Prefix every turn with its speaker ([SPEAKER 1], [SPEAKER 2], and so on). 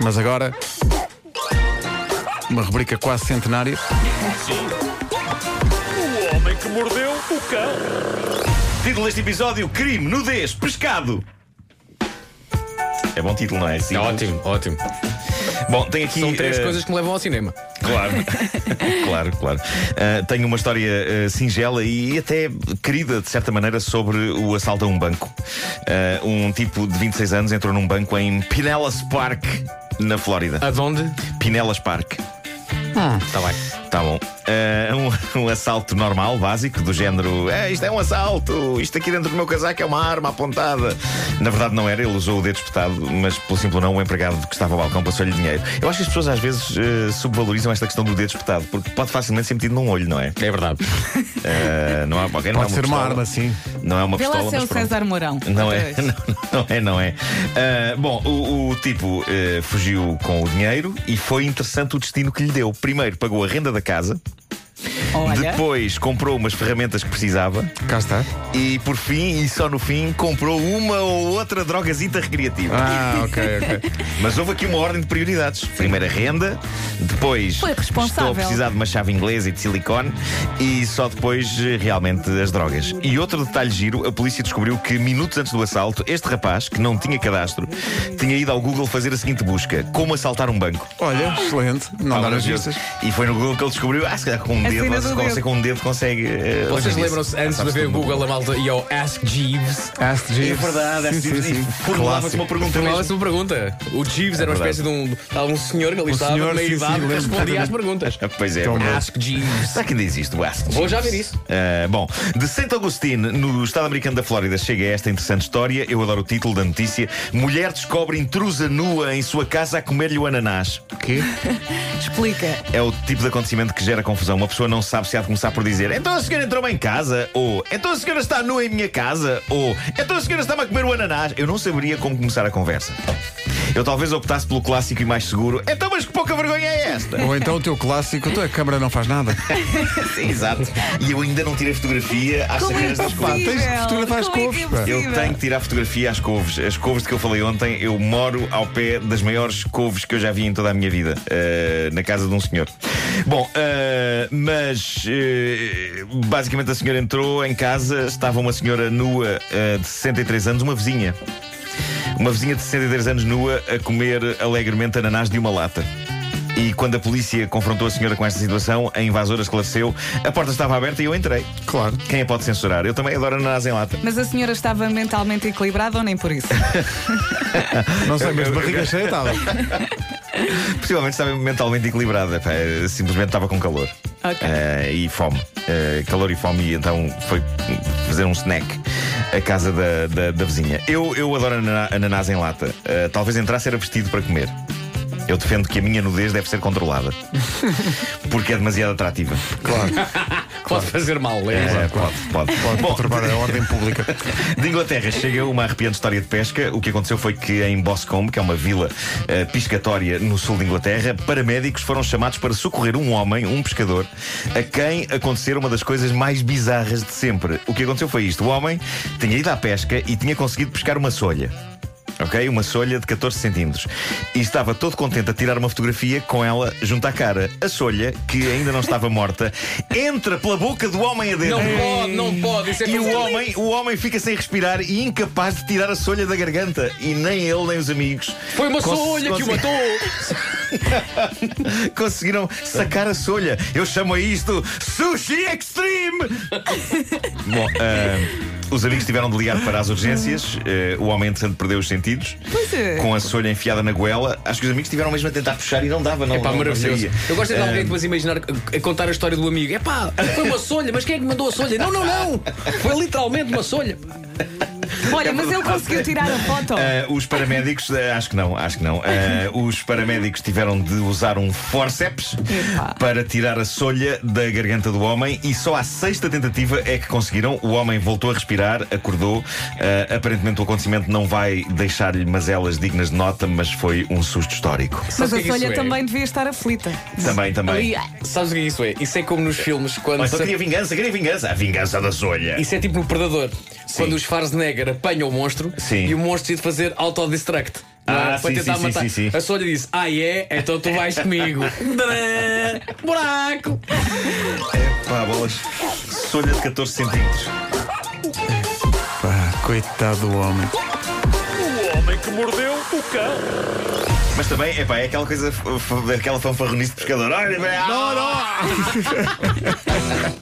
[SPEAKER 1] Mas agora, uma rubrica quase centenária.
[SPEAKER 2] O homem que mordeu o cão.
[SPEAKER 3] Título deste episódio: Crime, nudez, pescado. É bom título, não é? Sim.
[SPEAKER 4] É ótimo, ótimo.
[SPEAKER 3] Bom, tem aqui.
[SPEAKER 4] São três
[SPEAKER 3] eh,
[SPEAKER 4] coisas que me levam ao cinema.
[SPEAKER 3] Claro, claro, claro. Ah, tenho uma história ah, singela e até querida, de certa maneira, sobre o assalto a um banco. Ah, um tipo de 26 anos entrou num banco em Pinellas Park, na Flórida.
[SPEAKER 4] Aonde?
[SPEAKER 3] Pinellas Park.
[SPEAKER 4] Está bem.
[SPEAKER 3] Tá bom. É um, um assalto normal, básico, do género: é, isto é um assalto, isto aqui dentro do meu casaco é uma arma apontada. Na verdade, não era, ele usou o dedo espetado, mas pelo simples não, o empregado que estava ao balcão passou-lhe dinheiro. Eu acho que as pessoas às vezes eh, subvalorizam esta questão do dedo espetado, porque pode facilmente ser metido num olho, não é?
[SPEAKER 4] É verdade.
[SPEAKER 3] Eh, não, é ok, não é
[SPEAKER 1] Pode ser uma
[SPEAKER 3] pistola,
[SPEAKER 1] arma, sim.
[SPEAKER 3] Não é uma
[SPEAKER 5] Vê lá
[SPEAKER 3] pistola.
[SPEAKER 5] se é
[SPEAKER 3] mas
[SPEAKER 5] o
[SPEAKER 3] pronto.
[SPEAKER 5] César Mourão.
[SPEAKER 3] Não
[SPEAKER 5] Outra
[SPEAKER 3] é,
[SPEAKER 5] vez.
[SPEAKER 3] não, não é, não é. Ah, bom, o, o tipo eh, fugiu com o dinheiro e foi interessante o destino que lhe deu. Primeiro pagou a renda da casa,
[SPEAKER 5] Olha,
[SPEAKER 3] depois comprou umas ferramentas que precisava
[SPEAKER 1] Cá está.
[SPEAKER 3] e por fim, e só no fim, comprou uma ou outra drogazita recreativa.
[SPEAKER 1] Ah, ok, ok.
[SPEAKER 3] Mas houve aqui uma ordem de prioridades. Primeiro a renda, depois
[SPEAKER 5] Foi
[SPEAKER 3] estou
[SPEAKER 5] responsável.
[SPEAKER 3] a precisar de uma chave inglesa e de silicone e só depois eh, realmente as drogas. E outro detalhe giro, a polícia descobriu que minutos antes do assalto, este rapaz, que não tinha cadastro, tinha ido ao Google fazer a seguinte busca: como assaltar um banco.
[SPEAKER 1] Olha, excelente. Não dá nas
[SPEAKER 3] Maravilhoso.
[SPEAKER 1] vistas.
[SPEAKER 3] E foi no Google que ele descobriu, ah, se calhar com um
[SPEAKER 5] A
[SPEAKER 3] dedo,
[SPEAKER 5] cena
[SPEAKER 3] você
[SPEAKER 5] do
[SPEAKER 3] consegue-
[SPEAKER 5] dedo.
[SPEAKER 3] com um dedo consegue. eh,
[SPEAKER 4] Vocês
[SPEAKER 3] organizar-se.
[SPEAKER 4] lembram-se, antes de
[SPEAKER 3] Sabe-se
[SPEAKER 4] haver
[SPEAKER 3] tudo.
[SPEAKER 4] Google, a malta e ao Ask Jeeves,
[SPEAKER 1] Ask Jeeves.
[SPEAKER 3] É verdade,
[SPEAKER 1] Sim, sim, sim.
[SPEAKER 3] formulava-se uma pergunta mesmo.
[SPEAKER 4] formulava-se uma pergunta. O Jeeves era uma
[SPEAKER 3] verdade.
[SPEAKER 4] espécie de um, de um senhor que ali estava,
[SPEAKER 1] senhor,
[SPEAKER 4] na
[SPEAKER 1] sim, sim,
[SPEAKER 4] idade, que
[SPEAKER 1] lembro-me
[SPEAKER 4] respondia às perguntas.
[SPEAKER 3] Pois é,
[SPEAKER 1] Tão
[SPEAKER 3] verdade.
[SPEAKER 4] Ask Jeeves.
[SPEAKER 3] Será que ainda existe o Ask
[SPEAKER 4] Vou já
[SPEAKER 3] Jeeves?
[SPEAKER 4] ver isso.
[SPEAKER 3] Ah, bom, de St. Augustine, no estado americano da Flórida, chega esta interessante história. Eu adoro o título da notícia. Mulher descobre intrusa nua em sua casa a comer-lhe o ananás.
[SPEAKER 1] Quê?
[SPEAKER 5] explica.
[SPEAKER 3] É o tipo de acontecimento que gera confusão. Uma pessoa não sabe se há de começar por dizer então a senhora entrou bem em casa, ou então a senhora está nua em minha casa, ou então a senhora está-me a comer o ananás. Eu não saberia como começar a conversa. Eu talvez optasse pelo clássico e mais seguro. Então, mas que pouca vergonha é esta?
[SPEAKER 1] Ou então o teu clássico, a tua câmara não faz nada.
[SPEAKER 3] Sim, exato. E eu ainda não tirei fotografia às
[SPEAKER 5] Como é
[SPEAKER 3] sacanas das
[SPEAKER 5] possível?
[SPEAKER 3] quatro.
[SPEAKER 1] tens de fotografar as
[SPEAKER 5] Como é que
[SPEAKER 1] couves,
[SPEAKER 5] é
[SPEAKER 1] pá.
[SPEAKER 3] Eu
[SPEAKER 5] possível?
[SPEAKER 3] tenho que tirar fotografia às couves. As couves de que eu falei ontem, eu moro ao pé das maiores couves que eu já vi em toda a minha vida, eh, na casa de um senhor. Bom, eh, mas eh, basicamente a senhora entrou em casa, estava uma senhora nua eh, de 63 anos, uma vizinha. Uma vizinha de 63 anos nua a comer alegremente ananás de uma lata. E quando a polícia confrontou a senhora com esta situação, a invasora esclareceu: a porta estava aberta e eu entrei.
[SPEAKER 1] Claro.
[SPEAKER 3] Quem a pode censurar? Eu também adoro ananás em lata.
[SPEAKER 5] Mas a senhora estava mentalmente equilibrada ou nem por isso?
[SPEAKER 1] Não sei, mas barriga cheia estava.
[SPEAKER 3] Possivelmente estava mentalmente equilibrada. pá, eh, Simplesmente estava com calor.
[SPEAKER 5] Ok.
[SPEAKER 3] Eh, e fome. Eh, calor e fome, e então foi fazer um snack à casa da, da, da vizinha. Eu, eu adoro anana- ananás em lata. Eh, talvez entrasse era vestido para comer. Eu defendo que a minha nudez deve ser controlada. Porque é demasiado atrativa.
[SPEAKER 4] Pode fazer mal, é
[SPEAKER 3] Eh,
[SPEAKER 4] lembra?
[SPEAKER 3] pode, pode.
[SPEAKER 1] Pode
[SPEAKER 3] Bom,
[SPEAKER 1] perturbar a ordem pública.
[SPEAKER 3] de Inglaterra chega uma arrepiante história de pesca. O que aconteceu foi que em Boscombe, que é uma vila eh, piscatória no sul de Inglaterra, paramédicos foram chamados para socorrer um homem, um pescador, a quem aconteceu uma das coisas mais bizarras de sempre. O que aconteceu foi isto: o homem tinha ido à pesca e tinha conseguido pescar uma solha. Ok? Uma solha de 14 centímetros. E estava todo contente a tirar uma fotografia com ela junto à cara. A solha, que ainda não estava morta, entra pela boca do homem a dedo.
[SPEAKER 4] Não pode, não pode. Isso é
[SPEAKER 3] E o
[SPEAKER 4] confuso.
[SPEAKER 3] homem, o homem fica sem respirar e incapaz de tirar a solha da garganta. E nem ele, nem os amigos.
[SPEAKER 4] Foi uma
[SPEAKER 3] cons-
[SPEAKER 4] solha que o
[SPEAKER 3] consegui-
[SPEAKER 4] matou.
[SPEAKER 3] Conseguiram sacar a solha. Eu chamo a isto Sushi Extreme! Bom, ah, os amigos tiveram de ligar para as urgências. Eh, o homem, entretanto, perdeu os sentidos.
[SPEAKER 5] Pois é.
[SPEAKER 3] Com a solha enfiada na goela. Acho que os amigos tiveram mesmo a tentar puxar e não dava, não.
[SPEAKER 4] É pá,
[SPEAKER 3] não- não
[SPEAKER 4] maravilhoso.
[SPEAKER 3] saía.
[SPEAKER 4] Eu gosto é de alguém depois imaginar a contar a história do amigo. É pá, foi uma solha, mas quem é que mandou a solha? Não, não, não. Foi literalmente uma solha.
[SPEAKER 5] Olha, mas ele conseguiu tirar a foto.
[SPEAKER 3] Ah, os paramédicos, ah, acho que não, acho que não. Ah, os paramédicos tiveram de usar um forceps
[SPEAKER 5] Epá.
[SPEAKER 3] para tirar a solha da garganta do homem e só à sexta tentativa é que conseguiram. O homem voltou a respirar, acordou. Ah, aparentemente o acontecimento não vai deixar-lhe mazelas dignas de nota, mas foi um susto histórico.
[SPEAKER 5] Mas
[SPEAKER 4] Sabe o
[SPEAKER 5] a
[SPEAKER 4] que é que
[SPEAKER 5] Solha
[SPEAKER 4] isso é?
[SPEAKER 5] também devia estar aflita.
[SPEAKER 3] Também, também.
[SPEAKER 4] Ali, sabes o que é isso é? Isso é como nos filmes quando.
[SPEAKER 3] Mas só
[SPEAKER 4] se-
[SPEAKER 3] queria vingança, queria vingança. A vingança da solha.
[SPEAKER 4] Isso é tipo no Predador. Quando os Schwarzenegger apanham o monstro
[SPEAKER 3] Sim.
[SPEAKER 4] e o monstro decide fazer autodestruct. não era?
[SPEAKER 3] Ah,
[SPEAKER 4] para
[SPEAKER 3] sim,
[SPEAKER 4] tentar
[SPEAKER 3] sim,
[SPEAKER 4] matar.
[SPEAKER 3] sim, sim, sim.
[SPEAKER 4] A Sônia disse: Ah, é? Então tu vais comigo. Tadã! Buraco!
[SPEAKER 3] é Pá, bolas. Solha de 14 centímetros.
[SPEAKER 1] Pá, Ah, coitado do homem.
[SPEAKER 2] O homem que mordeu o cão.
[SPEAKER 3] Mas também, epá, é aquela coisa, f- f- aquela fanfarronice de pescador. Olha, bem, ah,
[SPEAKER 1] não!